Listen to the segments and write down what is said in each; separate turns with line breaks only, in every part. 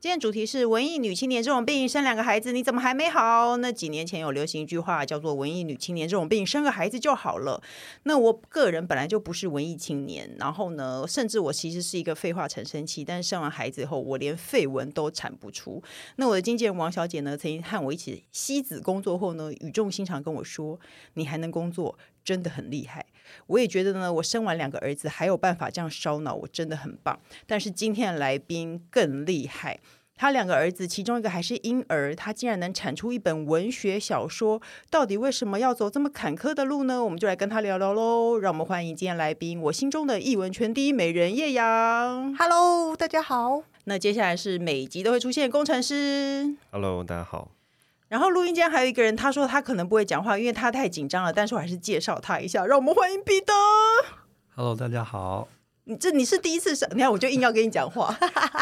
今天主题是文艺女青年这种病，生两个孩子你怎么还没好？那几年前有流行一句话叫做“文艺女青年这种病，生个孩子就好了”。那我个人本来就不是文艺青年，然后呢，甚至我其实是一个废话产生器，但是生完孩子后，我连废文都产不出。那我的经纪人王小姐呢，曾经和我一起西子工作后呢，语重心长跟我说：“你还能工作，真的很厉害。”我也觉得呢，我生完两个儿子还有办法这样烧脑，我真的很棒。但是今天的来宾更厉害，他两个儿子其中一个还是婴儿，他竟然能产出一本文学小说，到底为什么要走这么坎坷的路呢？我们就来跟他聊聊喽。让我们欢迎今天来宾，我心中的译文圈第一美人叶阳。
Hello，大家好。
那接下来是每集都会出现工程师。
Hello，大家好。
然后录音间还有一个人，他说他可能不会讲话，因为他太紧张了。但是我还是介绍他一下，让我们欢迎彼得。
Hello，大家好。
你这你是第一次上，你看我就硬要跟你讲 话。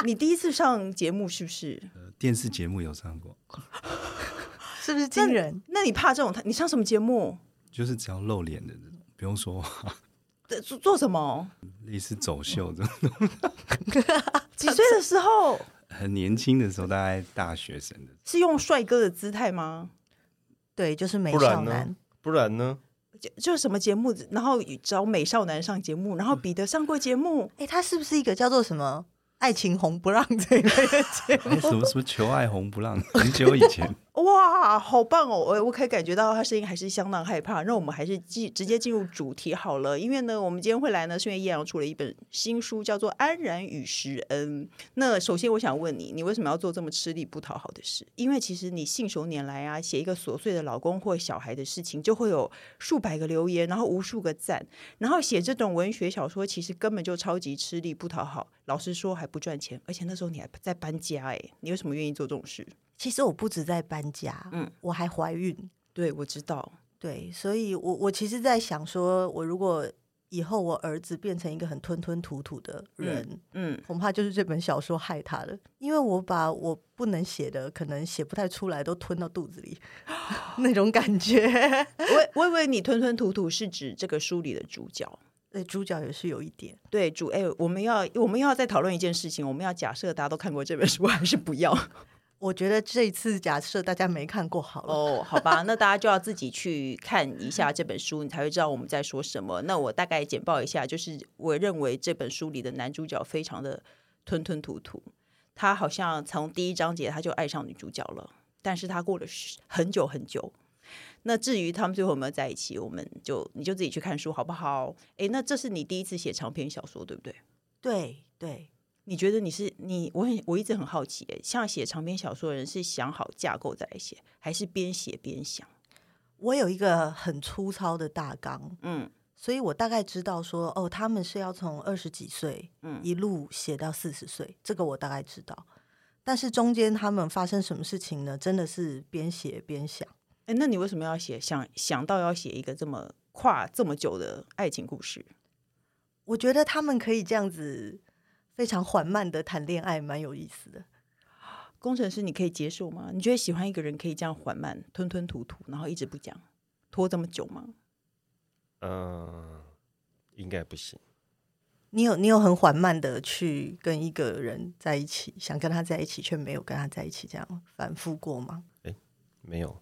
你第一次上节目是不是？
呃，电视节目有上过，
是不是
那
惊人？
那你怕这种？你上什么节目？
就是只要露脸的这种，不用说话，
呃做做什么？
类似走秀这种。
几岁的时候
很年轻的时候，大概大学生的，
是用帅哥的姿态吗？
对，就是美
不
少
然呢
男。？
不然呢？
就就是什么节目？然后找美少男上节目，然后彼得上过节目，
哎，他是不是一个叫做什么“爱情红不让”这一类的节 目？
哎什么什么求爱红不让，很久以前。
哇，好棒哦！我我可以感觉到他声音还是相当害怕。那我们还是进直接进入主题好了，因为呢，我们今天会来呢，是因为叶阳出了一本新书，叫做《安然与时恩》。那首先我想问你，你为什么要做这么吃力不讨好的事？因为其实你信手拈来啊，写一个琐碎的老公或小孩的事情，就会有数百个留言，然后无数个赞，然后写这种文学小说，其实根本就超级吃力不讨好。老实说还不赚钱，而且那时候你还在搬家哎、你为什么愿意做这种事？
其实我不止在搬家，
嗯
嗯，我还怀孕。
对，我知道。
对，所以我我其实，在想说，我如果以后我儿子变成一个很吞吞吐吐的人，
嗯
恐怕就是这本小说害他了。因为我把我不能写的，可能写不太出来，都吞到肚子里， 那种感觉。，
我我以为你吞吞吐吐是指这个书里的主角。
对，主角也是有一点。
对主哎、我们要我们要再讨论一件事情，我们要假设大家都看过这本书，还是不要？
我觉得这一次假设大家没看过好了，
哦，好吧，那大家就要自己去看一下这本书，你才会知道我们在说什么。那我大概简报一下，就是我认为这本书里的男主角非常的吞吞吐吐，他好像从第一章节他就爱上女主角了，但是他过了十很久很久。那至于他们最后有没有在一起，我们就你就自己去看书好不好？诶，那这是你第一次写长篇小说，对不对？
对对，
你觉得你是你，我很我一直很好奇耶，像写长篇小说的人是想好架构再来写，还是边写边想？
我有一个很粗糙的大纲，
嗯，
所以我大概知道说，哦，他们是要从二十几岁，
嗯
一路写到四十岁，这个我大概知道。但是中间他们发生什么事情呢？真的是边写边想。
哎，那你为什么要写想想到要写一个这么跨这么久的爱情故事？
我觉得他们可以这样子非常缓慢的谈恋爱，蛮有意思的。
工程师，你可以接受吗？你觉得喜欢一个人可以这样缓慢、吞吞吐吐，然后一直不讲，拖这么久吗？
嗯、应该不行。
你有你有很缓慢的去跟一个人在一起，想跟他在一起却没有跟他在一起，这样反复过吗？
没有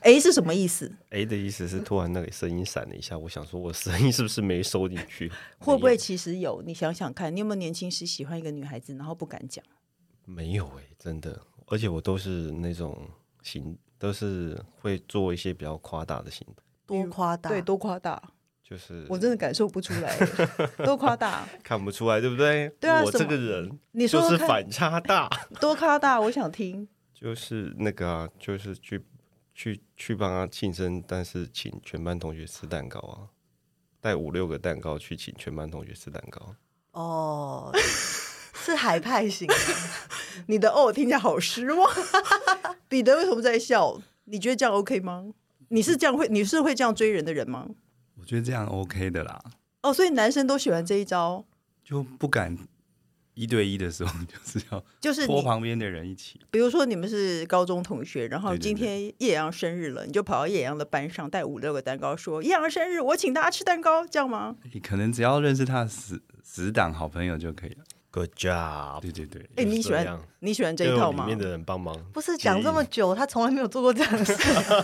哎，是什么意思？
A 的意思是突然那个声音闪了一下，我想说我声音是不是没收进 去？
会不会
没有
其实有？你想想看，你有没有年轻时喜欢一个女孩子，然后不敢讲？
没有哎、真的，而且我都是那种行，都是会做一些比较夸大的行动，
多夸大，
对，多夸大！
就是
我真的感受不出 来，多夸大，
看不出来，对不对？
对啊
我
什
这
么
个人
你说
就
说
是
看
反差大，
多夸大，我想听。
就是那个啊，就是去去去帮他庆生，但是请全班同学吃蛋糕啊，带五六个蛋糕去请全班同学吃蛋糕。
哦，是海派型的，
你的哦，听起来好失望。彼得为什么在笑？你觉得这样 OK 吗？你是这样会，你是会这样追人的人吗？
我觉得这样 OK 的啦，
哦，所以男生都喜欢这一招，
就不敢一对一的时候，就是要
就是
拖
你，
旁边的人一起。
比如说你们是高中同学，然后
对对
今天叶阳生日了，你就跑到叶阳的班上带五六个蛋糕，说叶阳生日，我请大家吃蛋糕，这样吗？
你可能只要认识他的死死党好朋友就可以了。
Good job！
对对对，
哎、你喜
这
欢
样
你喜欢这
就
一套
有里
吗？
面的人帮忙，
不是讲这么久，他从来没有做过这样的事。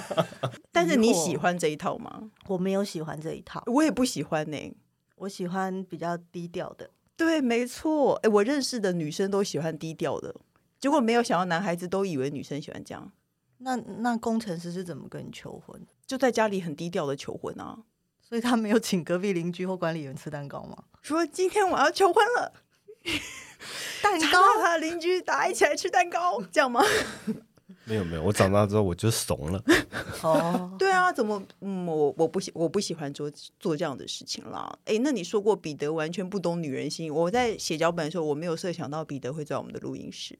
但是
疑惑
你喜欢这一套吗？
我没有喜欢这一套，
我也不喜欢呢、
我喜欢比较低调的。
对，没错。哎、我认识的女生都喜欢低调的，结果没有想到男孩子都以为女生喜欢这样，
那那工程师是怎么跟你求婚？
就在家里很低调的求婚啊，
所以他没有请隔壁邻居或管理员吃蛋糕吗？
说今天我要求婚了，
蛋
找
糕啊
到他的邻居，大家一起来吃蛋糕，这 样吗？
没有没有，我长大之后我就怂 了。
哦，
对啊，怎么嗯，我我不喜我不喜欢做做这样的事情啦。哎，那你说过彼得完全不懂女人心，我在写脚本的时候，我没有设想到彼得会在我们的录音室，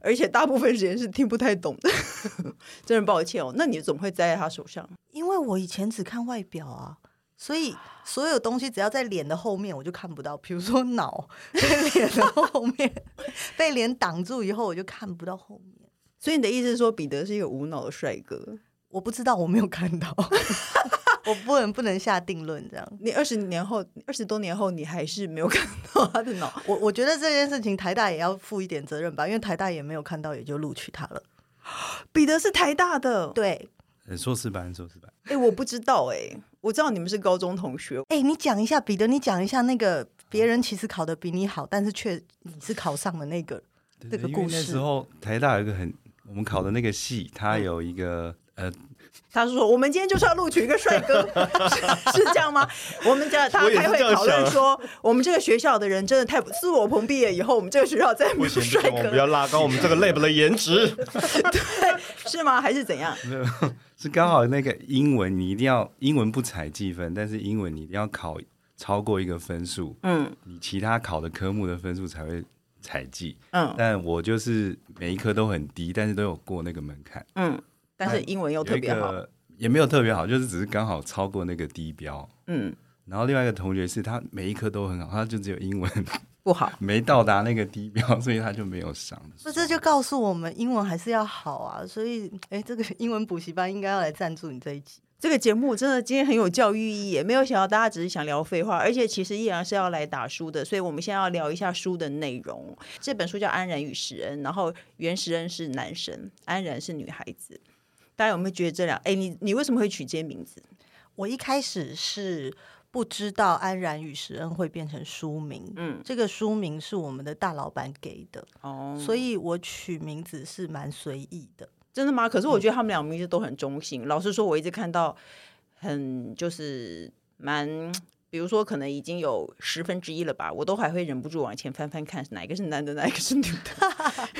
而且大部分时间是听不太懂的， 真的抱歉哦。那你怎么会栽在他手上？
因为我以前只看外表啊，所以所有东西只要在脸的后面我就看不到，比如说脑在脸的后面 被脸挡住以后，我就看不到后面。
所以你的意思是说，彼得是一个无脑的帅哥？
我不知道，我没有看到， 我不能不能下定论这样。
你二十年后，二十多年后，你还是没有看到他的脑？
我我觉得这件事情台大也要负一点责任吧，因为台大也没有看到，也就录取他了。
彼得是台大的，
对，
呃硕士班，硕士班，
哎、我不知道哎、我知道你们是高中同学，
哎、你讲一下彼得，你讲一下那个别人其实考的比你好，但是却你是考上的那个，
对
这个
对因为
故事
那时候台大有一个很我们考的那个系，它有一个呃，
他说：“我们今天就是要录取一个帅哥， 是是这样吗？”我们家大
我也
家
是
开会
这样
讨论
想
说，我们这个学校的人真的太不苏我鹏毕业以后，我们这个学校再也没
不
有
行不
帅
行，我们
哥
要拉高我们 这个 lab 的颜值。
是吗？还是怎样？
没有是刚好那个英文，你一定要英文不采计分，但是英文你一定要考超过一个分数，
嗯
你其他考的科目的分数才会采计。
嗯
但我就是每一科都很低，但是都有过那个门槛，
嗯，但是英文又特别好，
有一个也没有特别好，就是只是刚好超过那个低标。
嗯，
然后另外一个同学是他每一科都很好，他就只有英文
不好。
没到达那个低标，所以他就没有上。
不这就告诉我们英文还是要好啊。所以，哎、这个英文补习班应该要来赞助你这一集。
这个节目真的今天很有教育意义耶，没有想到大家只是想聊废话，而且其实依然是要来打书的，所以我们现在要聊一下书的内容。这本书叫《安然与石恩》，然后原石恩是男生，安然是女孩子。大家有没有觉得这两？哎，你你为什么会取这些名字？
我一开始是不知道《安然与石恩》会变成书名，
嗯，
这个书名是我们的大老板给的，
哦
所以我取名字是蛮随意的。
真的吗？可是我觉得他们俩名字都很中性。老实说，我一直看到很就是蛮，比如说可能已经有十分之一了吧，我都还会忍不住往前翻翻看，哪一个是男的，哪一个是女的。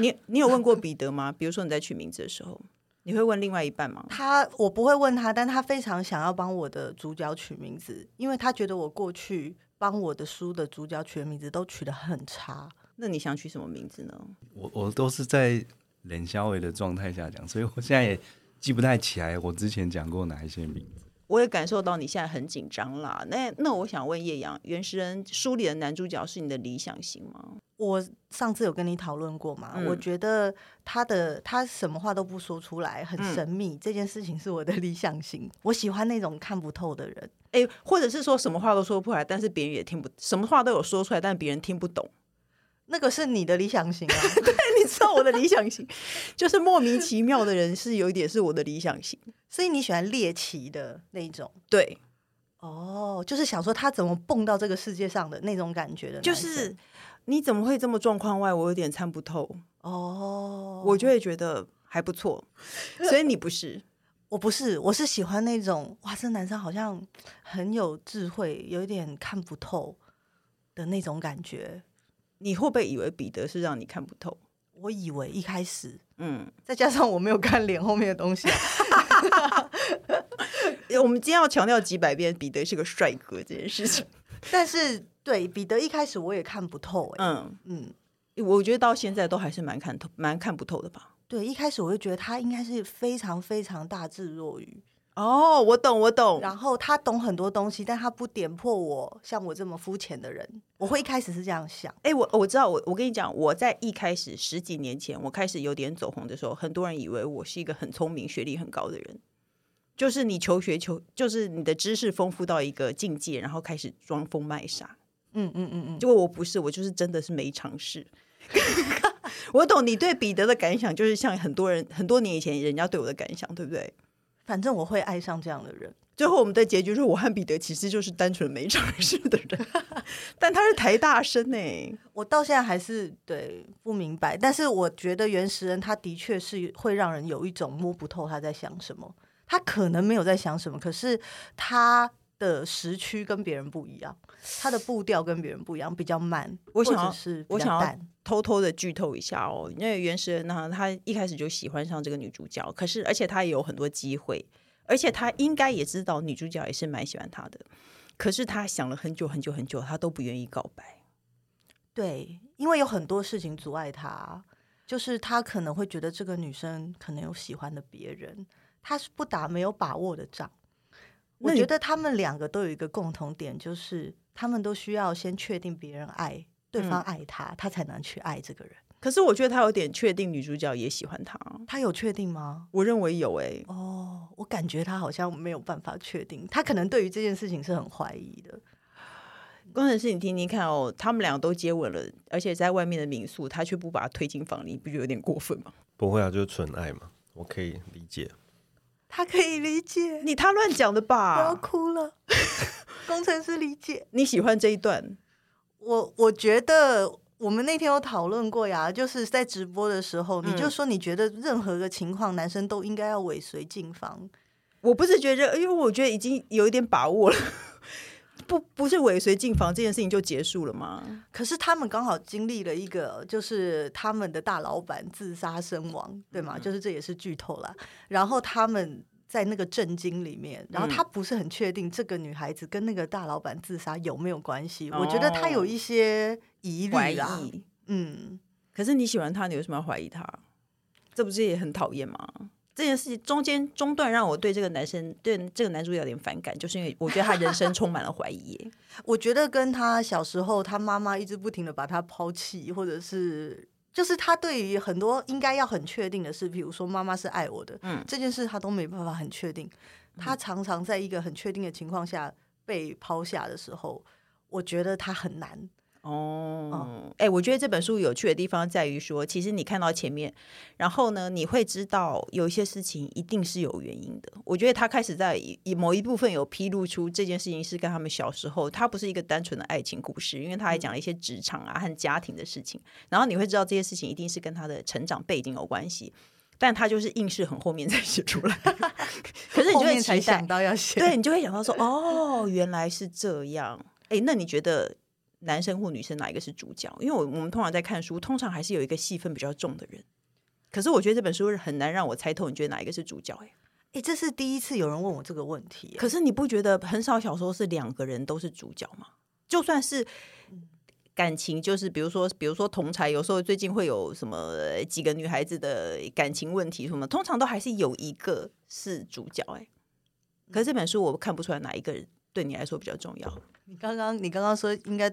你你有问过彼得吗？比如说你在取名字的时候，你会问另外一半吗？
他我不会问他，但他非常想要帮我的主角取名字，因为他觉得我过去帮我的书的主角取的名字都取得很差。
那你想取什么名字呢？
我我都是在冷消维的状态下讲，所以我现在也记不太起来我之前讲过哪一些名字。
我也感受到你现在很紧张啦。那那我想问叶阳，原石人书里的男主角是你的理想型吗？
我上次有跟你讨论过嘛？
嗯
我觉得他的他什么话都不说出来，很
嗯
神秘，这件事情是我的 理想型。我喜欢那种看不透的人。
哎，或者是说什么话都说不出来，但是别人也听不，什么话都有说出来，但别人听不懂。
那个是你的理想型啊，
你知道我的理想型，就是莫名其妙的人是有一点是我的理想型。
所以你喜欢猎奇的那种
对，
哦，就是想说他怎么蹦到这个世界上的那种感觉的男
就
生，
是你怎么会这么状况外？我有点参不透，
哦，
我就会觉得还不错。所以你不是，
我不是，我是喜欢那种哇，这男生好像很有智慧，有一点看不透的那种感觉。
你会不会以为彼得是让你看不透？
我以为一开始，
嗯，
再加上我没有看脸后面的东西 啊、
我们今天要强调几百遍彼得是个帅哥这件事情。
但是对彼得一开始我也看不透、欸，
嗯，
嗯，
我觉得到现在都还是蛮看透、蛮看不透的吧。
对，一开始我就觉得他应该是非常非常大智若愚，
哦，我懂，我懂。
然后他懂很多东西，但他不点破我像我这么肤浅的人，我会一开始是这样想，
哎、我我知道，我我跟你讲，我在一开始十几年前，我开始有点走红的时候，很多人以为我是一个很聪明、学历很高的人，就是你求学求，就是你的知识丰富到一个境界，然后开始装疯卖傻。
嗯嗯嗯嗯，
结果我不是，我就是真的是没尝试。 我懂你对彼得的感想，就是像很多人很多年以前人家对我的感想，对不对？
反正我会爱上这样的人，
最后我们的结局是我和彼得其实就是单纯没尝试的人， 但他是台大生欸呢、
我到现在还是对不明白，但是我觉得原始人他的确是会让人有一种摸不透他在想什么，他可能没有在想什么，可是他的时区跟别人不一样，他的步调跟别人不一样，比较慢，
我想要
或者是比
我想
较
要
淡，
偷偷的剧透一下哦，因为原始人呢，他一开始就喜欢上这个女主角，可是而且他也有很多机会，而且他应该也知道女主角也是蛮喜欢他的，可是他想了很久很久很久，他都不愿意告白。
对，因为有很多事情阻碍他，就是他可能会觉得这个女生可能有喜欢的别人，他是不打没有把握的仗。我
那你
觉得他们两个都有一个共同点，就是他们都需要先确定别人爱对方
嗯
爱他，他才能去爱这个人。
可是我觉得他有点确定女主角也喜欢他，哦
他有确定吗？
我认为有诶、
哦，我感觉他好像没有办法确定，他可能对于这件事情是很怀疑的。
工程师，你听听看哦，他们俩都接吻了，而且在外面的民宿，他却不把她推进房里，你不觉得有点过分吗？
不会啊，就是纯爱嘛，我可以理解。
他可以理解，
你他乱讲的
我要
吧？
哭 了。工程师理解。
你喜欢这一段？
我我觉得我们那天有讨论过呀，就是在直播的时候，你就
嗯
说你觉得任何个情况，男生都应该要尾随进房。
我不是觉得，因为我觉得已经有一点把握了， 不不是尾随进房这件事情就结束了吗？
可是他们刚好经历了一个，就是他们的大老板自杀身亡，对
嗯
吗？就是这也是剧透啦。然后他们在那个震惊里面，然后
嗯
他不是很确定这个女孩子跟那个大老板自杀有没有关系。我觉得他有一些疑
哦怀
虑啦。
疑。
嗯，
可是你喜欢他，你为什么要怀疑他？这不是也很讨厌吗？这件事情中间中断让我对这个男生对这个男主角有点反感，就是因为我觉得他人生充满了怀疑耶。
我觉得跟他小时候，他妈妈一直不停的把他抛弃，或者是就是他对于很多应该要很确定的事，比如说妈妈是爱我的，
嗯
这件事他都没办法很确定。他常常在一个很确定的情况下被抛下的时候，我觉得他很难。
哦，哎、我觉得这本书有趣的地方在于说，其实你看到前面，然后呢，你会知道有一些事情一定是有原因的。我觉得他开始在以以某一部分有披露出这件事情是跟他们小时候，他不是一个单纯的爱情故事，因为他
嗯
还讲了一些职场啊和家庭的事情。然后你会知道这些事情一定是跟他的成长背景有关系，但他就是硬是很后面才写出来。 可是你
后
就会
面
期
才
待
想到要写，
对你就会想到说，哦，原来是这样。哎，那你觉得男生或女生哪一个是主角？因为我我们通常在看书，通常还是有一个戏份比较重的人。可是我觉得这本书很难让我猜透，你觉得哪一个是主角？哎，
诶，这是第一次有人问我这个问题。
可是你不觉得很少小说是两个人都是主角吗？就算是感情，就是比如说，比如说同才，有时候最近会有什么呃几个女孩子的感情问题什么，通常都还是有一个是主角。哎，可是这本书我看不出来哪一个人对你来说比较重要。
你刚刚你刚刚说应该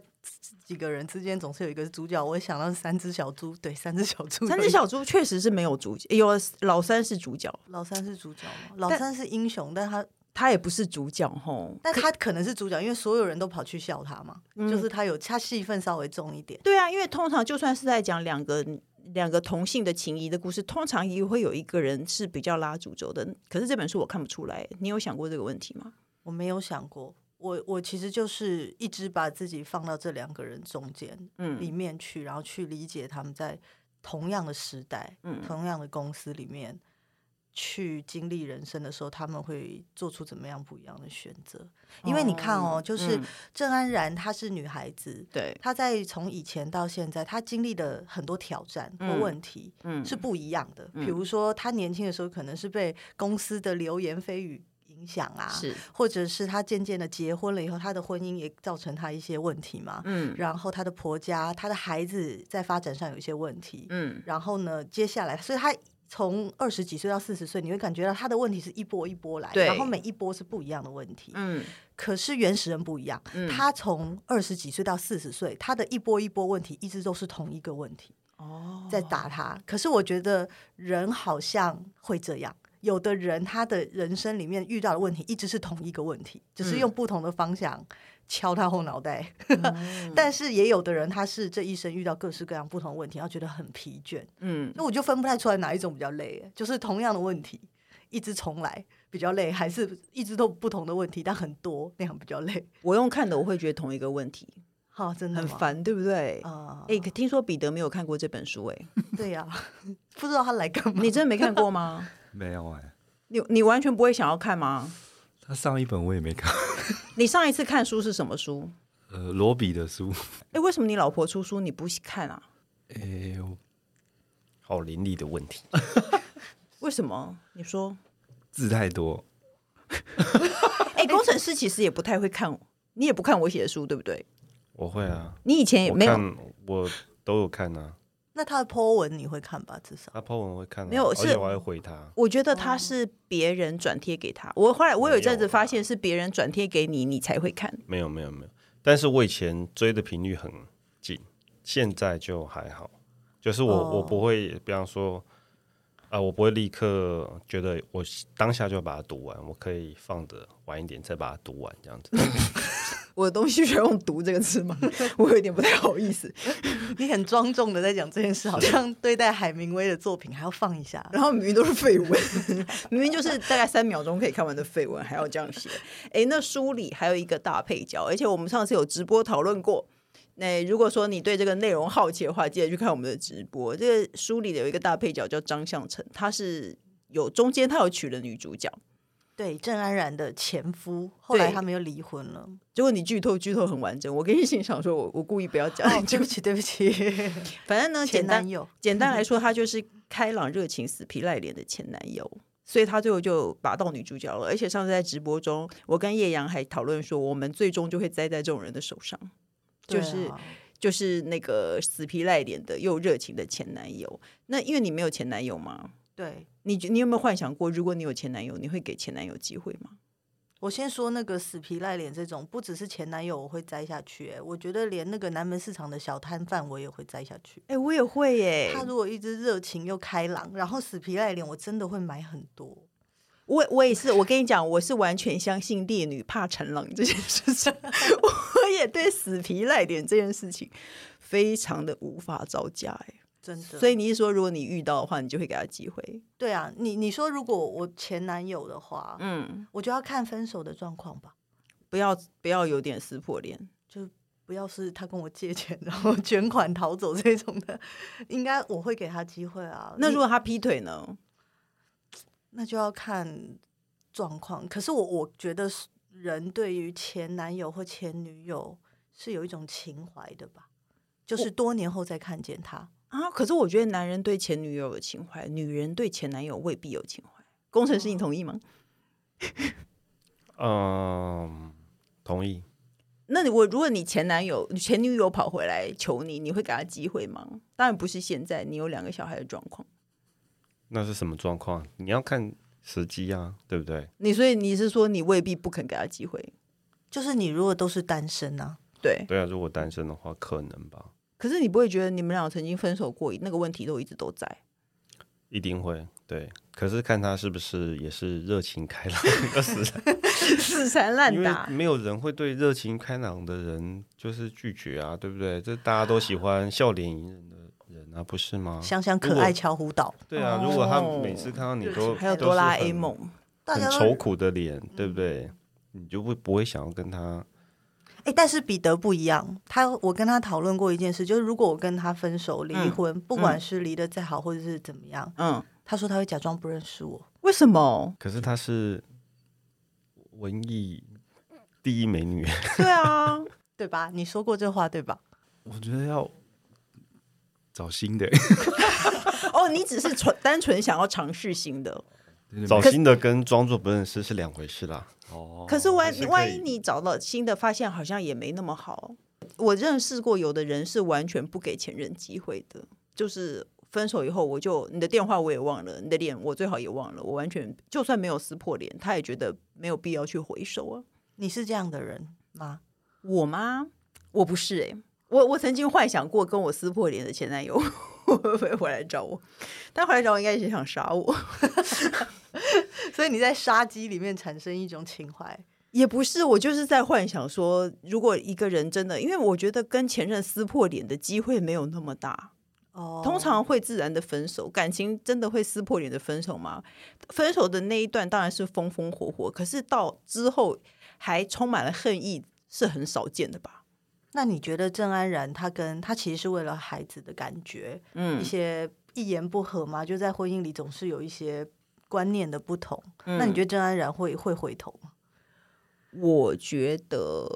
几个人之间总是有一个主角，我想到是三只小猪，对，三只小猪，
三只小猪确实是没有主角，有老三是主角，
老三是主角吗？老
但
三是英雄，但他
他也不是主角吼。
但他可能是主角，因为所有人都跑去笑他嘛，
嗯
就是他有他戏份稍微重一点。
对啊，因为通常就算是在讲两个两个同性的情谊的故事，通常也会有一个人是比较拉主轴的。可是这本书我看不出来，你有想过这个问题吗？
我没有想过，我我其实就是一直把自己放到这两个人中间里
嗯
面去，然后去理解他们在同样的时代、
嗯
同样的公司里面去经历人生的时候，他们会做出怎么样不一样的选择？因为你看哦，就是
嗯
郑安然她是女孩子，
对，
她在从以前到现在，她经历的很多挑战和
嗯
问题
嗯
是不一样的。
嗯
比如说，她年轻的时候可能是被公司的流言蜚语影响啊，
是，
或者是她渐渐的结婚了以后，她的婚姻也造成她一些问题嘛。
嗯
然后她的婆家、她的孩子在发展上有一些问题，
嗯
然后呢，接下来，所以她从二十几岁到四十岁，你会感觉到她的问题是一波一波来，
对
然后每一波是不一样的问题。
嗯
可是原始人不一样，
嗯
他从二十几岁到四十岁，他的一波一波问题一直都是同一个问题
哦
在打他。可是我觉得人好像会这样。有的人他的人生里面遇到的问题一直是同一个问题，只是用不同的方向敲他后脑袋。 但是也有的人他是这一生遇到各式各样不同的问题，他觉得很疲倦，
嗯
那我就分不太出来哪一种比较累，就是同样的问题一直重来比较累，还是一直都不同的问题，但很多那样比较累。
我用看的我会觉得同一个问题
哈、真的
很
吗
烦，对不对？
啊！
哎、可听说彼得没有看过这本书、 哎，
对呀、不知道他来干嘛。
你真的没看过吗？
没有哎、
你你完全不会想要看吗？
他上一本我也 没看，
你上一次看书是什么书？
呃，罗比的书，
哎、为什么你老婆出书你不看啊？
哎、我
好凌厉的问题。
为什么？你说，
字太多，
哎、工程师其实也不太会看，你也不看我写的书，对不对？
我会啊，
你以前也
我
没有
看我都有看啊，
那他的 po 文你会看吧？至少
他 po 文我会看、啊，
没有
而
是
且我还会回他。
我觉得他是别人转贴给他。我后来我有一阵
没
子
有啊
发现是别人转贴给你，你才会看。
没有没有没有，但是我以前追的频率很紧，现在就还好。就是我、
哦
我不会，比方说，啊、我不会立刻觉得我当下就要把它读完，我可以放着晚一点再把它读完这样子。
我的东西需要用“读”这个字吗？ 我有点不太好意思。
你很庄重的在讲这件事，好像对待海明威的作品还要放 一下。
然后明明都是废文， 明明就是大概三秒钟可以看完的废文，还要这样写。哎，那书里还有一个大配角，而且我们上次有直播讨论过。那如果说你对这个内容好奇的话，记得去看我们的直播。这个书里的有一个大配角叫张向成，他是有中间他有娶了女主角，
对，郑安然的前夫，后来他们又离婚了。
结果你剧透剧透很完整，我跟你欣赏说我我故意不要讲，
哦，对不起，对不 起，
反正呢
前
简
男
单
友。
简单来说，他就是开朗、热情、死皮赖脸的前男友，所以他最后就把到女主角了。而且上次在直播中，我跟叶阳还讨论说，我们最终就会栽在这种人的手上，就是、
对啊
就是那个死皮赖脸的又热情的前男友。那因为你没有前男友嘛，
对。
你觉你有没有幻想过，如果你有前男友，你会给前男友机会吗？
我先说那个死皮赖脸这种，不只是前男友我会栽下去、欸，我觉得连那个南门市场的小摊贩我也会栽下去。
哎、我也会耶
他如果一直热情又开朗，然后死皮赖脸，我真的会买很多。
我我也是，我跟你讲，我是完全相信烈女怕缠郎这件事情，我也对死皮赖脸这件事情非常的无法招架哎、
真的，
所以你是说，如果你遇到的话，你就会给他机会？
对啊，你你说如果我前男友的话，
嗯，
我就要看分手的状况吧，
不要不要有点撕破脸。
就不要是他跟我借钱然后 卷款逃走这种的，应该我会给他机会啊。
那
你
如果他劈腿呢？
那就要看状况。可是我我觉得是人对于前男友或前女友是有一种情怀的吧，就是多年后再看见他。
啊，可是我觉得男人对前女友有情怀，女人对前男友未必有情怀。工程师，你同意吗？
嗯，同意。
那你我如果你前男友前女友跑回来求你，你会给他机会吗？当然不是现在，你有两个小孩的状况。
那是什么状况？你要看时机啊，对不对？
你所以你是说你未必不肯给他机会，
就是你如果都是单身啊，
对？
对啊，如果单身的话，可能吧，
可是你不会觉得你们俩曾经分手过，那个问题都一直都在。
一定会。对，可是看他是不是也是热情开朗要死了
死缠烂
因为
打，
没有人会对热情开朗的人就是拒绝啊，对不对？这大家都喜欢笑脸迎人的人啊，不是吗？
想想
如
可
果
爱巧虎岛，
对啊，如果他每次看到你
热
都
情
哦还有哆啦 A，
都
梦，嗯
大
是
家
很很
都
愁苦的脸，对不对？你就不不会想要跟他
哎、但是彼得不一样，他我跟他讨论过一件事，就是如果我跟他分手离
嗯
婚，不管是离得再好或者是怎么样，
嗯，
他说他会假装不认识我。
为什么？
可是她是文艺第一美女，
对啊，
对吧？你说过这话对吧？
我觉得要找新的，
哦，你只是纯单纯想要尝试新的，
找新的跟装作不认识是两回事啦。
哦，
可是
还
万
是可以
万一你找到新的，发现好像也没那么好。我认识过有的人是完全不给前任机会的，就是分手以后，我就你的电话我也忘了，你的脸我最好也忘了，我完全就算没有撕破脸，他也觉得没有必要去回收啊。
你是这样的人吗？
我吗？我不是哎、我我曾经幻想过跟我撕破脸的前男友 会不会回来找我，但回来找我应该也是想杀我。
所以你在杀鸡里面产生一种情怀，
也不是，我就是在幻想说，如果一个人真的，因为我觉得跟前任撕破脸的机会没有那么大，
哦，
通常会自然的分手。感情真的会撕破脸的分手吗？分手的那一段当然是风风火火，可是到之后还充满了恨意，是很少见的吧？
那你觉得郑安然他跟他其实是为了孩子的感觉，
嗯
一些一言不合嘛，就在婚姻里总是有一些观念的不同。
嗯
那你觉得郑安然会会回头吗？
我觉得，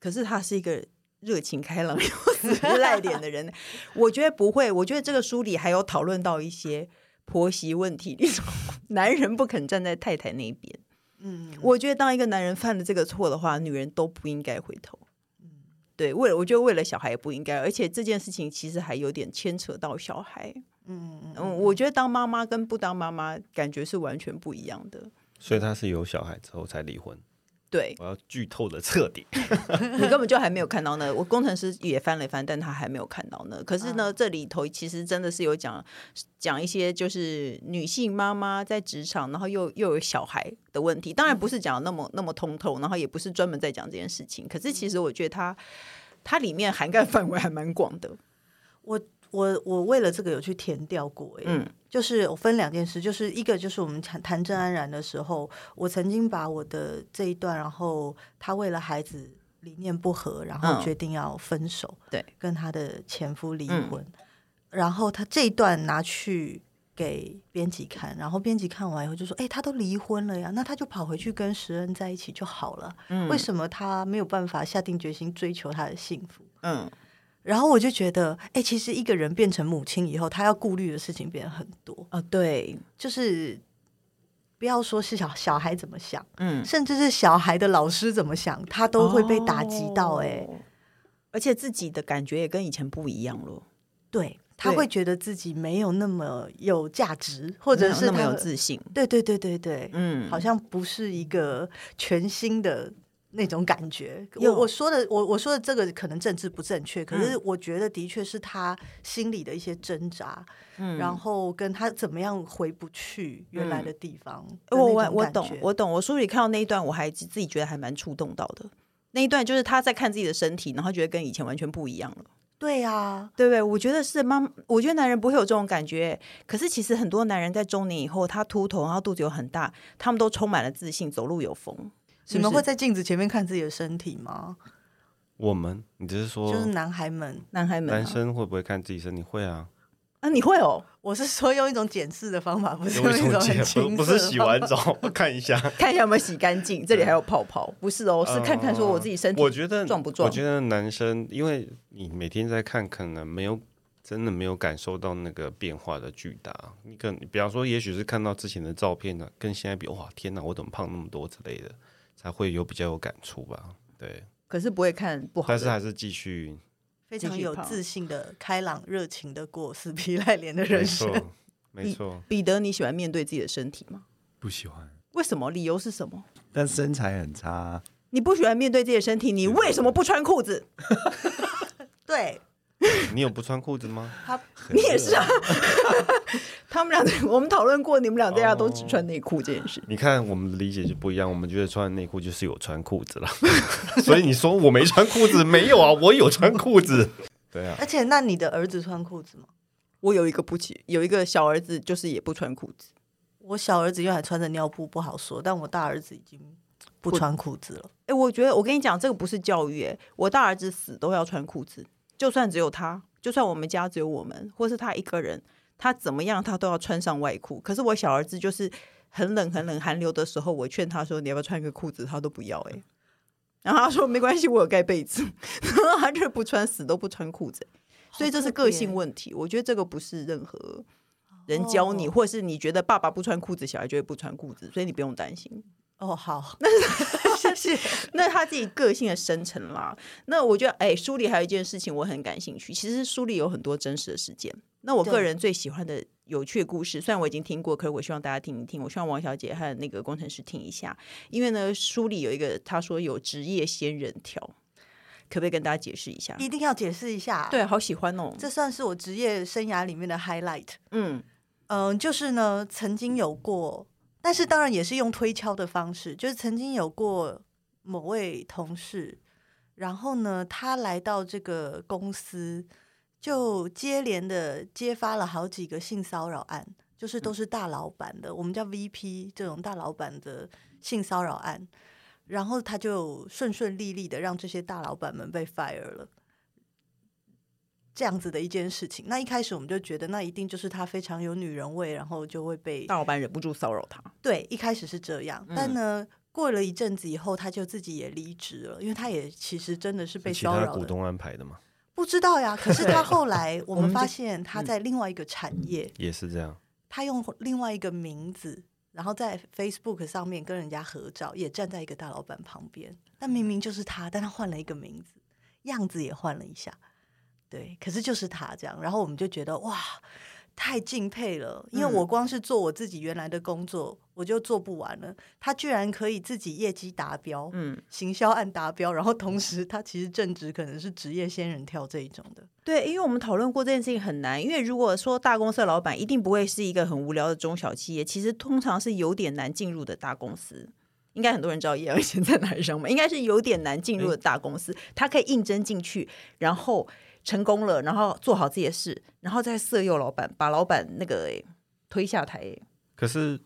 可是他是一个热情开朗 又死皮赖脸的人，我觉得不会。我觉得这个书里还有讨论到一些婆媳问题，那种男人不肯站在太太那边。
嗯，
我觉得当一个男人犯了这个错的话，女人都不应该回头。
嗯
对，为了我觉得为了小孩也不应该，而且这件事情其实还有点牵扯到小孩。
嗯嗯
嗯，我觉得当妈妈跟不当妈妈感觉是完全不一样的。
所以她是有小孩之后才离婚。
对，
我要剧透的彻底。
你根本就还没有看到呢。我工程师也翻了翻，但他还没有看到呢。可是
嗯
呢，这里头其实真的是有讲讲一些就是女性妈妈在职场，然后又又有小孩的问题。当然不是讲得那么那么通透，然后也不是专门在讲这件事情。可是其实我觉得它它里面涵盖范围还蛮广的。
我我我为了这个有去填掉过、欸，
嗯
就是我分两件事，就是一个就是我们谈谈郑安然的时候，我曾经把我的这一段，然后他为了孩子理念不合，然后
嗯
决定要分手，
对，嗯
跟他的前夫离婚，然后他这一段拿去。给编辑看，然后编辑看完以后就说：“哎、他都离婚了呀，那他就跑回去跟石恩在一起就好了。
嗯
为什么他没有办法下定决心追求他的幸福？
嗯，
然后我就觉得，哎、其实一个人变成母亲以后，她要顾虑的事情变得很多，
哦对，
就是不要说是小小孩怎么想，
嗯，
甚至是小孩的老师怎么想，她都会被打击到、诶哎、
哦而且自己的感觉也跟以前不一样了，
对，她
对
会觉得自己没有那么有价值，或
没
者
有
是
那么
她
有
会
自信。
对对对对对，
嗯，
好像不是一个全新的那种感觉。我
哟嗯
我说的我我说的这个可能政治不正确，可是我觉得的确是他心里的一些挣扎，
嗯
然后跟他怎么样回不去原来的地方的
我
那
我
种
我
感
懂
觉，
我懂。我书里看到那一段，我还自自己觉得还蛮触动到的。那一段就是他在看自己的身体，然后觉得跟以前完全不一样了，
对啊，
对不对？我觉得是妈，我觉得男人不会有这种感觉。可是其实很多男人在中年以后，他秃头，然后肚子又很大，他们都充满了自信，走路有风。是
你
不
们
是
会在镜子前面看自己的身体吗？
我们，你只是说
就是男孩们，
男孩们、
男
啊，
生会不会看自己身体？会啊，
啊，你会哦，
我是说用一种检视的方法，不是用一
有
种
一
很
种
轻
不不是
色的
洗
方
完
法
澡 看 一下，
看一下有没有洗干净，这里还有泡泡，不是哦，是看看说我自己身体，
呃我觉得
壮不壮
我觉得男生，因为你每天在看，可能没有真的没有感受到那个变化的巨大。你可能比方说，也许是看到之前的照片呢、跟现在比，哇，天哪，我怎么胖那么多之类的，才会有比较有感触吧。对，
可是不会看不好
但是
的。
还是继续
非
继
常
续
有
泡
自信的、开朗、热情的过死皮赖脸的
没
人生。
错，没错。
彼得，你喜欢面对自己的身体吗？
不喜欢，
为什么？理由是什么？
但身材很差啊，
你不喜欢面对自己的身体，你为什么不穿裤子？
对
你有不穿裤子吗？
他
你也是啊。 他们俩，我们讨论过，你们俩在家都只穿内裤这件事。
你看我们的理解就不一样，我们觉得穿内裤就是有穿裤子了， 所以你说我没穿裤子，没有啊，我有穿裤子。对啊，
而且，那你的儿子穿裤子吗？
我有一个不起，有一个小儿子，就是也不穿裤子。
我小儿子因为还穿着尿布，不好说。但我大儿子已经不穿裤子了。
哎、我觉得我跟你讲，这个不是教育、诶我大儿子死都要穿裤子，就算只有他，就算我们家只有我们，或是他一个人，他怎么样他都要穿上外裤。可是我小儿子就是很冷很冷寒流的时候，我劝他说你要不要穿个裤子，他都不要哎、欸然后他说没关系，我有盖被子，然后他就是不穿，死都不穿裤子欸、所以这是个
欸
性问题。我觉得这个不是任何人教你，
哦
或是你觉得爸爸不穿裤子，小孩就会不穿裤子，所以你不用担心。
哦，好， 谢谢。
那他自己个性的生成啦。那我觉得，哎，书里还有一件事情我很感兴趣。其实书里有很多真实的事件。那我个
对
人最喜欢的有趣的故事，虽然我已经听过，可是我希望大家听一听。我希望王小姐和那个工程师听一下，因为呢，书里有一个他说有职业仙人条，可不可以跟大家解释一下？
一定要解释一下，啊
对，，好喜欢哦。
这算是我职业生涯里面的 highlight。
嗯，
嗯，就是呢，曾经有过，但是当然也是用推敲的方式，就是曾经有过某位同事，然后呢，他来到这个公司，就接连的揭发了好几个性骚扰案，就是都是大老板的，我们叫 VP 这种大老板的性骚扰案，然后他就顺顺利利的让这些大老板们被 fire 了。这样子的一件事情，那一开始我们就觉得，那一定就是他非常有女人味，然后就会被
大老板忍不住骚扰他。
对，一开始是这样，但呢，过了一阵子以后，他就自己也离职了，因为他也其实真的是 被
是其
骚
他
扰
股
的，
东安排的嘛，
不知道呀。可是他后来我
我们
们
就
发现他在另外一个产业，
也是这样。
他用另外一个名字，然后在 Facebook 上面跟人家合照，也站在一个大老板旁边，但明明就是他，但他换了一个名字，样子也换了一下，对，可是就是他这样，然后我们就觉得哇。太敬佩了，因为
嗯
我光是做我自己原来的工作，我就做不完了。他居然可以自己业绩达标，
嗯，
行销案达标，然后同时他其实正职可能是职业仙人跳这一种的。
对，因为我们讨论过这件事情很难，因为如果说大公司的老板一定不会是一个很无聊的中小企业，其实通常是有点难进入的大公司。应该很多人知道叶尔贤在哪里上班，应该是有点难进入的大公司，他可以应征进去，然后成功了，然后做好自己的事，然后再色诱老板，把老板那个、欸推下台、欸
可是，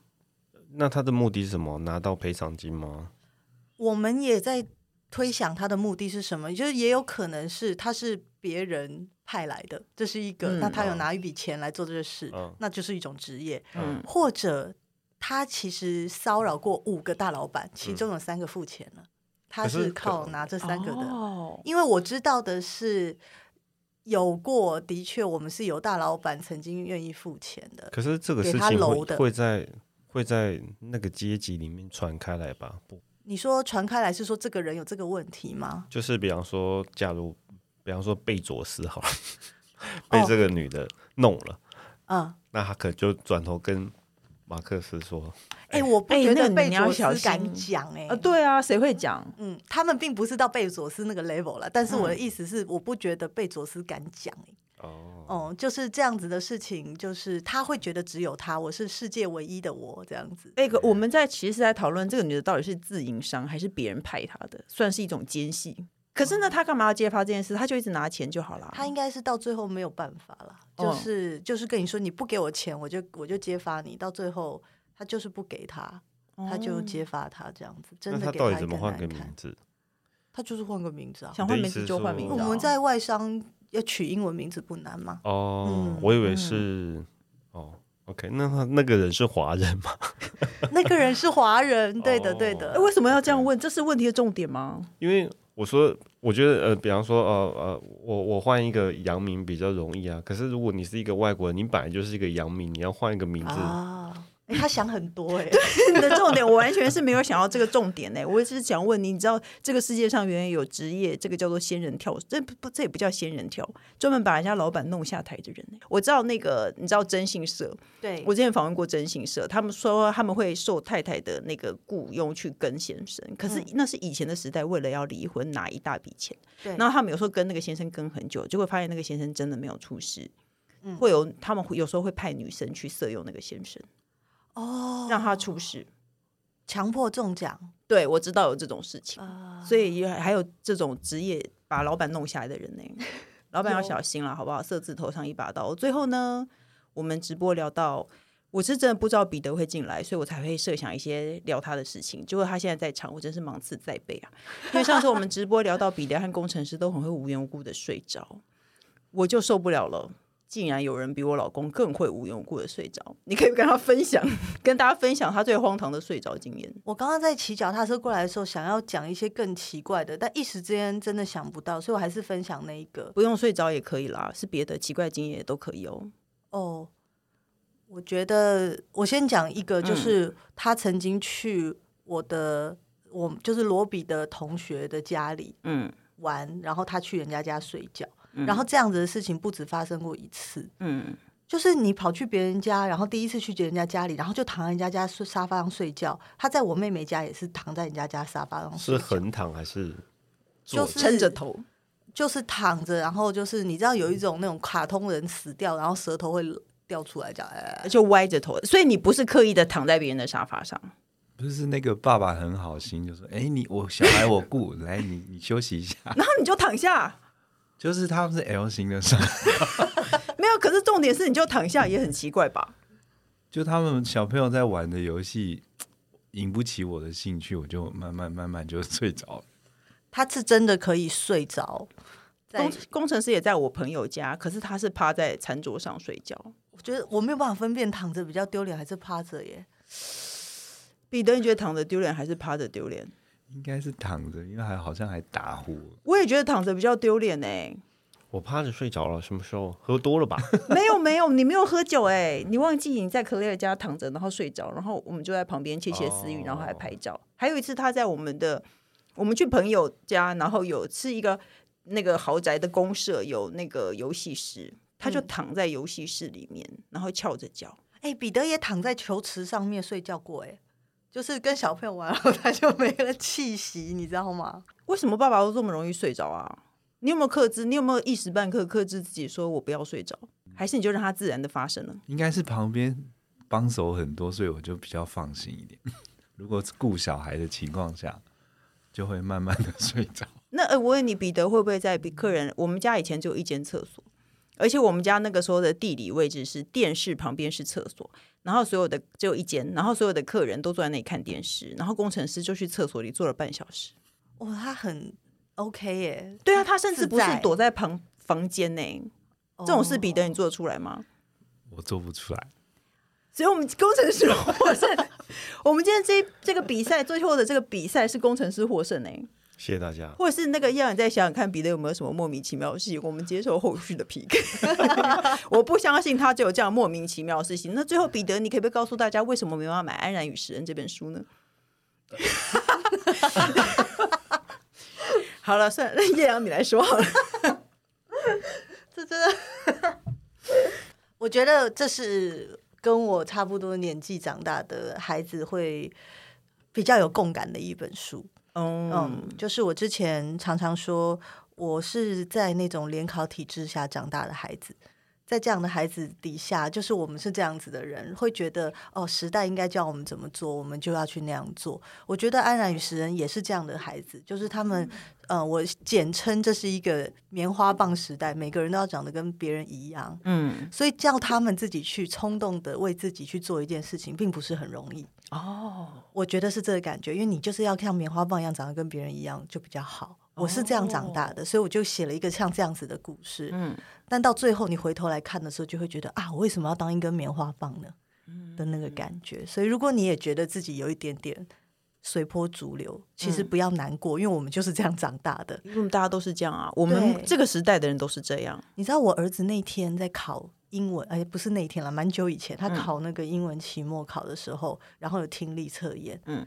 那他的目的是什么？拿到赔偿金吗？
我们也在推想他的目的是什么，就是也有可能是他是别人派来的，这是一个。
嗯
那他有拿一笔钱来做这个事，
嗯
那就是一种职业，
啊
嗯
或者他其实骚扰过五个大老板，其中有三个付钱了，他
嗯可
是
是
靠拿这三个的。
哦
因为我知道的是。有过，的确，我们是有大老板曾经愿意付钱的，
可是这个事
给他
情
楼
会
的
会在会在那个阶级里面传开来吧？不，
你说传开来是说这个人有这个问题吗？
就是比方说，假如比方说贝佐斯好了，
哦
被这个女的弄了，
嗯，
那他可能就转头跟马克思说，
哎、我不
哎
觉
那
得
你
贝
你要
佐
小
斯敢
心
讲哎、
啊，对啊，谁会讲？
嗯，他们并不是到贝佐斯那个 level 了，但是
嗯
我的意思是，我不觉得贝佐斯敢讲、欸。
哦，
哦、就是这样子的事情，就是他会觉得只有他，我是世界唯一的我这样子。
那个我们在其实是在讨论这个女的到底是自营商还是别人派她的，算是一种奸细。可是呢，她干嘛要揭发这件事？她就一直拿钱就好了。
他应该是到最后没有办法了，
哦
就是、就是跟你说，你不给我钱，我就我就揭发你。到最后，他就是不给他，
哦
他就揭发他这样子，真
那
的
他
给
到底
一
怎么
个
换
难
个名
看。
字？
他就是换个名字啊，
想换名字就换名字
你
哦。
的意思是
我们在外商要取英文名字不难吗？
哦
嗯，
我以为是哦，OK，那他那个人是华人吗？
那个人是华人，对的，
哦
对
哎
的。
为什么要这样问？这是问题的重点吗？
因为我说，我觉得呃，比方说呃呃，我我换一个洋名比较容易啊。可是如果你是一个外国人，你本来就是一个洋名，你要换一个名字，
啊，欸他想很多哎、
你的重点我完全是没有想到这个重点呢、我只是想问你，你知道这个世界上原来有职业，这个叫做仙人跳，这不不这也不叫仙人跳，专门把人家老板弄下台的人、欸。我知道那个你知道征信社，
对
我之前访问过征信社，他们说他们会受太太的那个雇佣去跟先生，可
嗯
是那是以前的时代，为了要离婚拿一大笔钱，
对
然后他们有时候跟那个先生跟很久，结果发现那个先生真的没有出事，
嗯
会有他们会有时候会派女生去色诱那个先生，
哦，
让他出事。
强迫中奖
对我知道有这种事情，
啊，
所以也还有这种职业把老板弄下来的人呢、老板要
有
小心了，好不好？色字头上一把刀。最后呢，我们直播聊到，我是真的不知道彼得会进来，所以我才会设想一些聊他的事情。结果他现在在场，我真是芒刺在背啊！因为上次我们直播聊到彼得和工程师都很会无缘无故的睡着，我就受不了了。竟然有人比我老公更会无缘无故的睡着，你可以跟他分享，跟大家分享他最荒唐的睡着经验。
我刚刚在骑脚踏车过来的时候，想要讲一些更奇怪的，但一时之间真的想不到，所以我还是分享那一个。
不用睡着也可以啦，是别的奇怪经验也都可以哦。
哦，我觉得我先讲一个，就是他曾经去我的，我就是罗比的同学的家里
嗯
玩，然后他去人家家睡觉，然后这样子的事情不止发生过一次，
嗯，
就是你跑去别人家，然后第一次去别人家家里，然后就躺在人家家睡沙发上睡觉。他在我妹妹家也是躺在人家家沙发上睡
是
觉，
横躺还是
就
坐着？
是
撑着头，
就是躺着，然后就是你知道有一种那种卡通人死掉，然后舌头会掉出来这样。哎
就歪着头，所以你不是刻意的躺在别人的沙发上。
不是那个爸爸很好心，就说：“哎，你我小孩我 顾，来你你休息一下。
然后你就躺下，”
就是他们是 L 型的上，
没有。可是重点是，你就躺下也很奇怪吧？
就他们小朋友在玩的游戏引不起我的兴趣，我就慢慢慢慢就睡着了。
他是真的可以睡着，在
工工程师也在我朋友家，可是他是趴在餐桌上睡觉。
我觉得我没有办法分辨躺着比较丢脸还是趴着耶。
彼得，你觉得躺着丢脸还是趴着丢脸？
应该是躺着，因为还好像还打呼。
我也觉得躺着比较丢脸欸呢、
我趴着睡着了，什么时候喝多了吧？
没有没有，你没有喝酒哎、你忘记你在 Claire 家躺着，然后睡着，然后我们就在旁边窃窃私语，然后还拍照。还有一次，他在我们的我们去朋友家，然后有是一个那个豪宅的公社有那个游戏室，他就躺在游戏室里面，然后翘着脚。
哎，彼得也躺在球池上面睡觉过，哎，就是跟小朋友玩，然后他就没了气息，你知道吗？
为什么爸爸都这么容易睡着啊？你有没有克制？你有没有一时半刻克制自己，说我不要睡着？还是你就让它自然的发生了？
应该是旁边帮手很多，所以我就比较放心一点。 如果是顾小孩的情况下，就会慢慢 的睡着。
那呃，我问你，彼得会不会在比客人？我们家以前只有一间厕所，而且我们家那个时候的地理位置是电视旁边是厕所，然后所有的只有一间，然后所有的客人都坐在那里看电视，然后工程师就去厕所里坐了半小时。
哇，他很 OK 耶，
对啊，他甚至不是
自在
躲在哦旁房间呢、这种事，彼得你做得出来吗？
我做不出来，
所以我们工程师获胜。 我们今天这这个比赛最后的这个比赛是工程师获胜呢、
谢谢大 家。
或者是那个要你再想想看，彼得有没有什么莫名其妙的事情，我们接受后续的 PK。我不相信他只有这样莫名其妙的事情。那最后，彼得，你可不可以告诉大家为什么没办法买《安然与食人》这本书呢？ 好了，算了，叶阳你来说好了。
这真的，我觉得这是跟我差不多年纪长大的孩子会比较有共感的一本书。嗯
嗯，，
就是我之前常常说，我是在那种联考体制下长大的孩子，在这样的孩子底下，就是我们是这样子的人，会觉得哦，时代应该教我们怎么做，我们就要去那样做。我觉得安然与食人也是这样的孩子，就是他们，呃，我简称这是一个棉花棒时代，每个人都要长得跟别人一样，
嗯，
所以叫他们自己去冲动的为自己去做一件事情，并不是很容易。
哦，
我觉得是这个感觉，因为你就是要像棉花棒一样长得跟别人一样就比较好。我是这样长大的，所以我就写了一个像这样子的故事。
哦嗯，
但到最后你回头来看的时候，就会觉得啊，我为什么要当一根棉花棒呢？
嗯
的那个感觉。所以如果你也觉得自己有一点点随波逐流，其
嗯
实不要难过，因为我们就是这样长大的。
因为我们大家都是这样啊，我
对
们这个时代的人都是这样。啊
你知道我儿子那天在考英文，哎，不是那一天了，蛮久以前，
嗯
他考那个英文期末考的时候，然后有听力测验，
嗯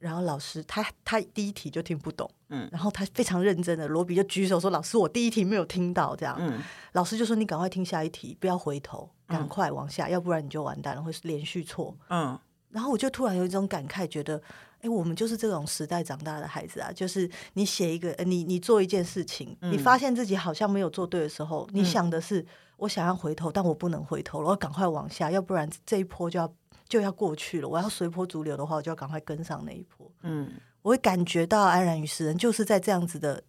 然后老师他他第一题就听不懂，
嗯
然后他非常认真的，罗比就举手说：“老师，我第一题没有听到。”这样，
嗯
老师就说：“你赶快听下一题，不要回头，赶快往下，要不然你就完蛋了，会连续错。”
嗯，
然后我就突然有一种感慨，觉得，哎，我们就是这种时代长大的孩子啊，就是你写一个，呃你你做一件事情，你发现自己好像没有做对的时候，你想的是，我想要回头，但我不能回头了，我要赶快往下，要不然这一波就要就要过去了。我要随波逐流的话，我就要赶快跟上那一波。
嗯，
我会感觉到安然于世人，就是在这样子的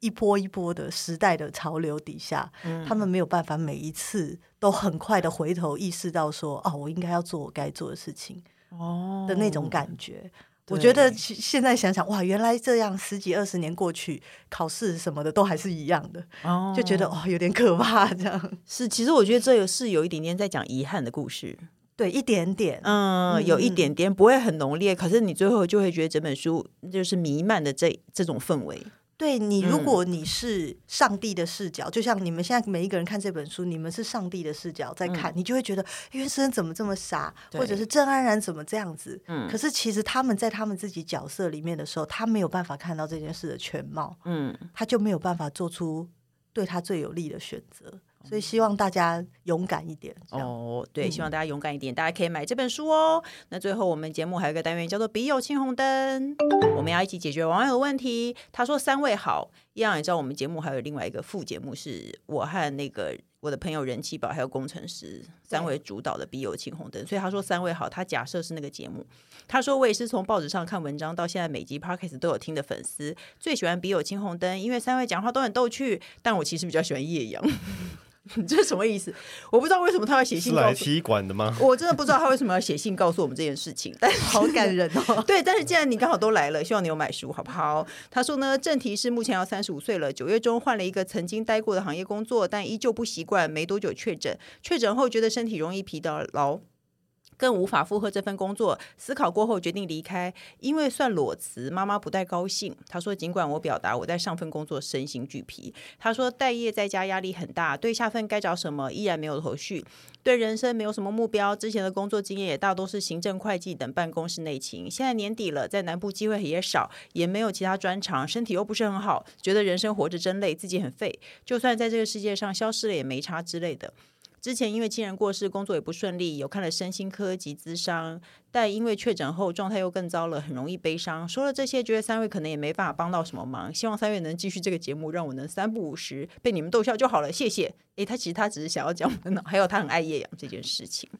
一波一波的时代的潮流底下，他们没有办法每一次都很快的回头意识到说，哦，我应该要做我该做的事情。
哦
的那种感觉。我觉得
对
其现在想想，哇，原来这样十几二十年过去，考试什么的都还是一样的，
哦
就觉得哦有点可怕这样。
是，其实我觉得这个是有一点点在讲遗憾的故事，
对，一点点，
嗯，有一点点不会很浓烈，可是你最后就会觉得整本书就是弥漫的这这种氛围，
对你，如
嗯
果你是上帝的视角，就像你们现在每一个人看这本书，你们是上帝的视角在看，你就会觉得哎袁生怎么这么傻，
嗯对
或者是郑安然怎么这样子。
嗯
可是其实他们在他们自己角色里面的时候，他没有办法看到这件事的全貌，
嗯，
他就没有办法做出对他最有利的选择。所以希望大家勇敢一点。哦，
哦，对，希望
嗯
大家勇敢一点，大家可以买这本书哦。那最后我们节目还有一个单元叫做“笔友青红灯”，我们要一起解决网友的问题。他说三位好，一样也知道我们节目还有另外一个副节目，是我和那个我的朋友人气宝还有工程师三位主导的“笔友青红灯”，所以他说三位好，他假设是那个节目。他说我也是从报纸上看文章到现在每集 podcast 都有听的粉丝，最喜欢《笔友青红灯》，因为三位讲话都很逗趣，但我其实比较喜欢叶阳。 你这是什么意思？我不知道为什么他要写
是
信
来
告诉
踢馆的吗？
我，我真的不知道他为什么要写信告诉我们这件事情。但是！
好感人哦
对，但是既然你刚好都来了，希望你有买书，好不好？他说呢，正题是目前要三十五岁了，九月中换了一个曾经待过的行业工作，但依旧不习惯，没多久确诊，确诊后觉得身体容易疲劳。更无法负荷这份工作，思考过后决定离开，因为算裸辞，妈妈不太高兴。她说，尽管我表达我在上份工作身心俱疲，她说待业在家压力很大，对下份该找什么依然没有头绪，对人生没有什么目标，之前的工作经验也大多是行政、会计等办公室内勤。现在年底了，在南部机会也少，也没有其他专长，身体又不是很好，觉得人生活着真累，自己很废。就算在这个世界上消失了也没差之类的。之前因为亲人过世，工作也不顺利，有看了身心科及咨商，但因为确诊后状态又更糟了，很容易悲伤。说了这些，觉得三位可能也没办法帮到什么忙，希望三位能继续这个节目，让我能三不五时被你们逗笑就好了，谢谢。诶，他其实他只是想要讲我们，还有他很爱叶阳这件事情。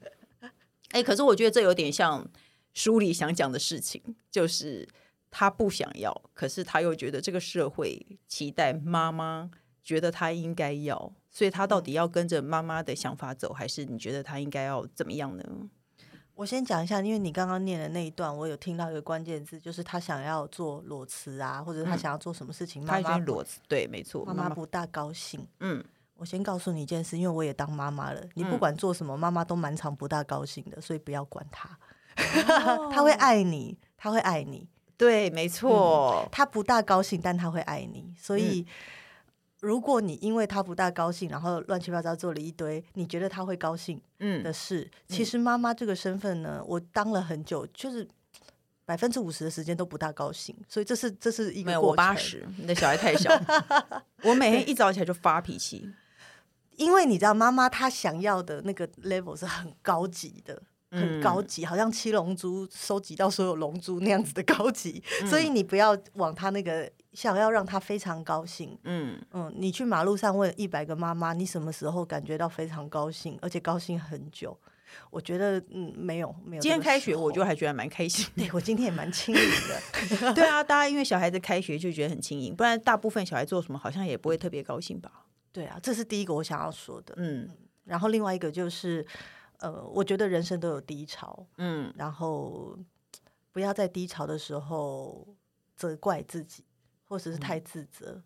诶，可是我觉得这有点像书里想讲的事情，就是他不想要，可是他又觉得这个社会期待妈妈觉得他应该要，所以他到底要跟着妈妈的想法走，还是你觉得他应该要怎么样呢？
我先讲一下，因为你刚刚念的那一段，我有听到一个关键字，就是他想要做裸辞啊，或者他想要做什么事
嗯
情，
他
妈
已
妈
经
不
裸辞，对，没错，
妈妈不大高兴。
嗯，
我先告诉你一件事，因为我也当妈妈了，你不管做什么，妈妈都蛮常不大高兴的，所以不要管她，
哦
她会爱你，她会爱你，
对，没错，
她不大高兴，但她会爱你，所以。
嗯
如果你因为她不大高兴，然后乱七八糟做了一堆你觉得她会高兴
嗯
的事，其实妈妈这个身份呢，我当了很久，就是百分之五十的时间都不大高兴，所以这是这是一
没
个
有，
过
我八
程
十，你的小孩太 小，我每天一早起来就发脾气，
因为你知道，妈妈她想要的那个 level 是很高级的，
嗯
很高级，好像七龙珠收集到所有龙珠那样子的高级，
嗯
所以你不要往她那个想要让她非常高兴。
嗯，
嗯，你去马路上问一百个妈妈，你什么时候感觉到非常高兴，而且高兴很久？我觉得，嗯，没有，没有。
今天开学我就，还觉得蛮开心的。
对我今天也蛮轻盈 的。
对啊，大家因为小孩子开学就觉得很轻盈，不然大部分小孩做什么好像也不会特别高兴吧。
对啊，这是第一个我想要说的。
嗯
然后另外一个就是，呃，我觉得人生都有低潮，
嗯，
然后不要在低潮的时候责怪自己，或者是
嗯
太自责，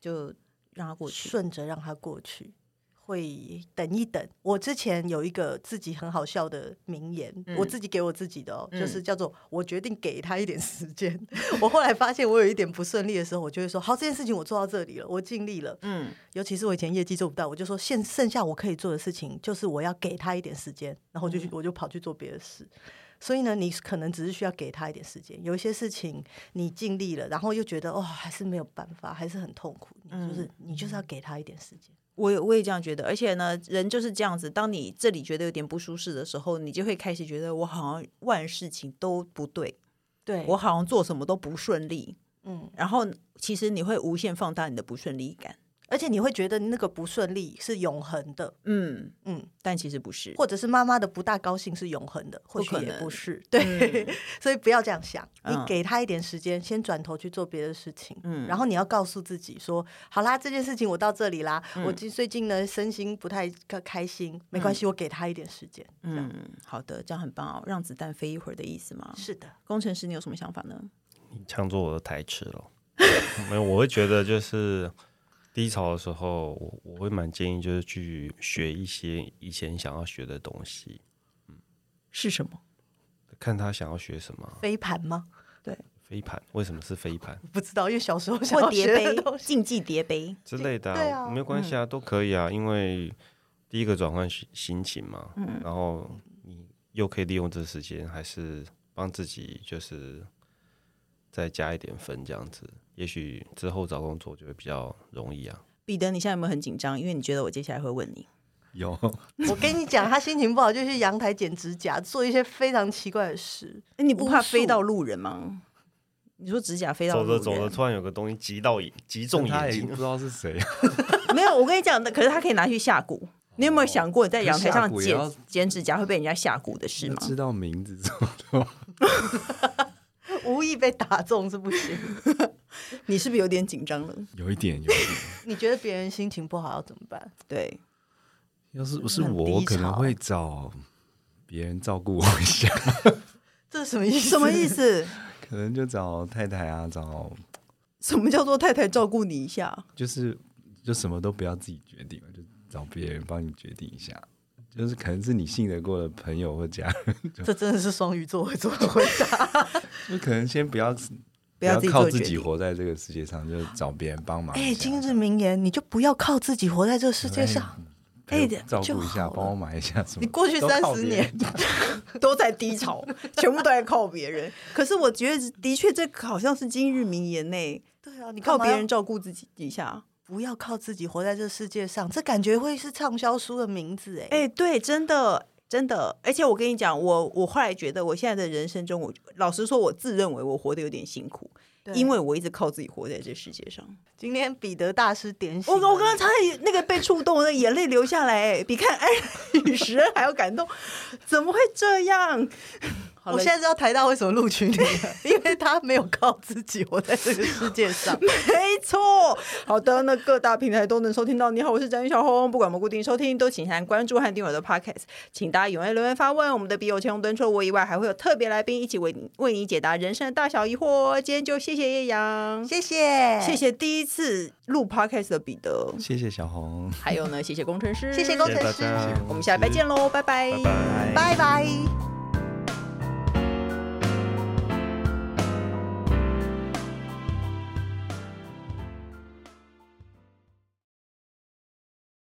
就让他过去。
顺着让它过去。会等一等。我之前有一个自己很好笑的名言，我
嗯
自己给我自己的哦，就是叫做“我决定给他一点时间”我后来发现我有一点不顺利的时候，我就会说：“好，这件事情我做到这里了，我尽力了。”
嗯，
尤其是我以前业绩做不到，我就说现剩下我可以做的事情，就是我要给他一点时间，然后我就去、我就跑去做别的事。所以呢，你可能只是需要给他一点时间。有一些事情你尽力了，然后又觉得哦，还是没有办法，还是很痛苦。你就是、你就是要给他一点时间。
我也我也这样觉得，而且呢，人就是这样子。当你这里觉得有点不舒适的时候，你就会开始觉得我好像万事情都不对，
对
我好像做什么都不顺利。
嗯
然后其实你会无限放大你的不顺利感。
而且你会觉得那个不顺利是永恒的，
嗯，
嗯，
但其实不是，
或者是妈妈的不大高兴是永恒的，或许
可
也
能
不是，对， 所以不要这样想，你
嗯
给他一点时间，先转头去做别的事情，
嗯
然后你要告诉自己说，好啦，这件事情我到这里啦，我
嗯
最最近呢身心不太开开心，没关系，我给他一点时间，这样
嗯，好的，这样很棒哦，让子弹飞一会儿的意思吗？
是的，
工程师，你有什么想法呢？
你抢走我的台词了。 没有，我会觉得就是低潮的时候，我我会蛮建议就是去学一些以前想要学的东西，
是什么？
看他想要学什么。
飞盘吗？
飞盘为什么是飞盘
不知道，因为小时候想
或
要
叠
学的
杯
东，西
竞技叠杯，
之类的、
对啊
没有关系啊，都可以啊，因为第一个转换心心情嘛，
嗯
然后你又可以利用这时间，还是帮自己就是再加一点分这样子，也许之后找工作就会比较容易啊。
彼得，你现在有没有很紧张？因为你觉得我接下来会问你。
有
我跟你讲，他心情不好就去阳台剪指甲，做一些非常奇怪的事。
诶哎你不怕
巫术
飞到路人吗？你说指甲飞到
走
路
着
人，
走着，突然有个东西击到眼，击中
他
眼
也
睛
不，知道是谁，啊
没有，我跟你讲的，可是他可以拿去下蛊。你有没有想过，你在阳台上
哦可是下蛊也
剪
要
剪指甲会被人家下蛊的事吗？
知道名字什么的吗。
无意被打中是不行。
你是不是有点紧张了？
有一点，有一点。
你觉得别人心情不好要怎么办？
对，
要是是
很
我，
低
我可能
潮
会找别人照顾我一下，
这是什么意思？
什么意？思？
可能就找太太啊，找
什么叫做太太照顾你一下？
就是就什么都不要自己决定了，就找别人帮你决定一下。就是可能是你信得过的朋友或家人，
这真的是双鱼座会做的回答。
就可能先不要不
不要自己
靠
做
自
决
己
定。
活在这个世界上，就找别人帮忙一下。
哎，今日名言，你就不要靠自己活在这世界上。
陪我
哎
照
就
顾一下，
好了
帮我买一下什么？
你过去
都靠
30
别人，
都在低潮， 全部都在靠别人。可是我觉得，的确这好像是今日名言呢、
对啊，你
你靠
干嘛
别
要
人照顾自己一下。
不要靠自己活在这世界上，这感觉会是畅销书的名字哎。
哎、对，真的。真的，而且我跟你讲，我我后来觉得，我现在的人生中，我老实说，我自认为我活得有点辛苦，
对
因为我一直靠自己活在这世界上。
今天彼得大师点醒
我我
了
刚刚差点那个被触动，那眼泪流下来，哎比看《爱与食人》还要感动，怎么会这样？好
我
了
现在知道台大为什么录取你 了，因为他没有靠自己活在这个世界 上。
没错，好的，那各大平台都能收听到。你好，我是詹宇小红，不管我们固定收听，都请先关注和订阅我的 Podcast，请大家踊跃留言发问。我们的笔友前红灯除了我以外，还会有特别来宾一起为你为你解答人生的大小疑惑。今天就谢谢叶阳，
谢谢，
谢，谢第一次录 Podcast 的彼得，
谢谢小红。
还有呢，谢谢工程师，
谢谢 工
谢
程
谢大
师
家，
我们下礼拜见喽，拜
拜拜。
拜拜。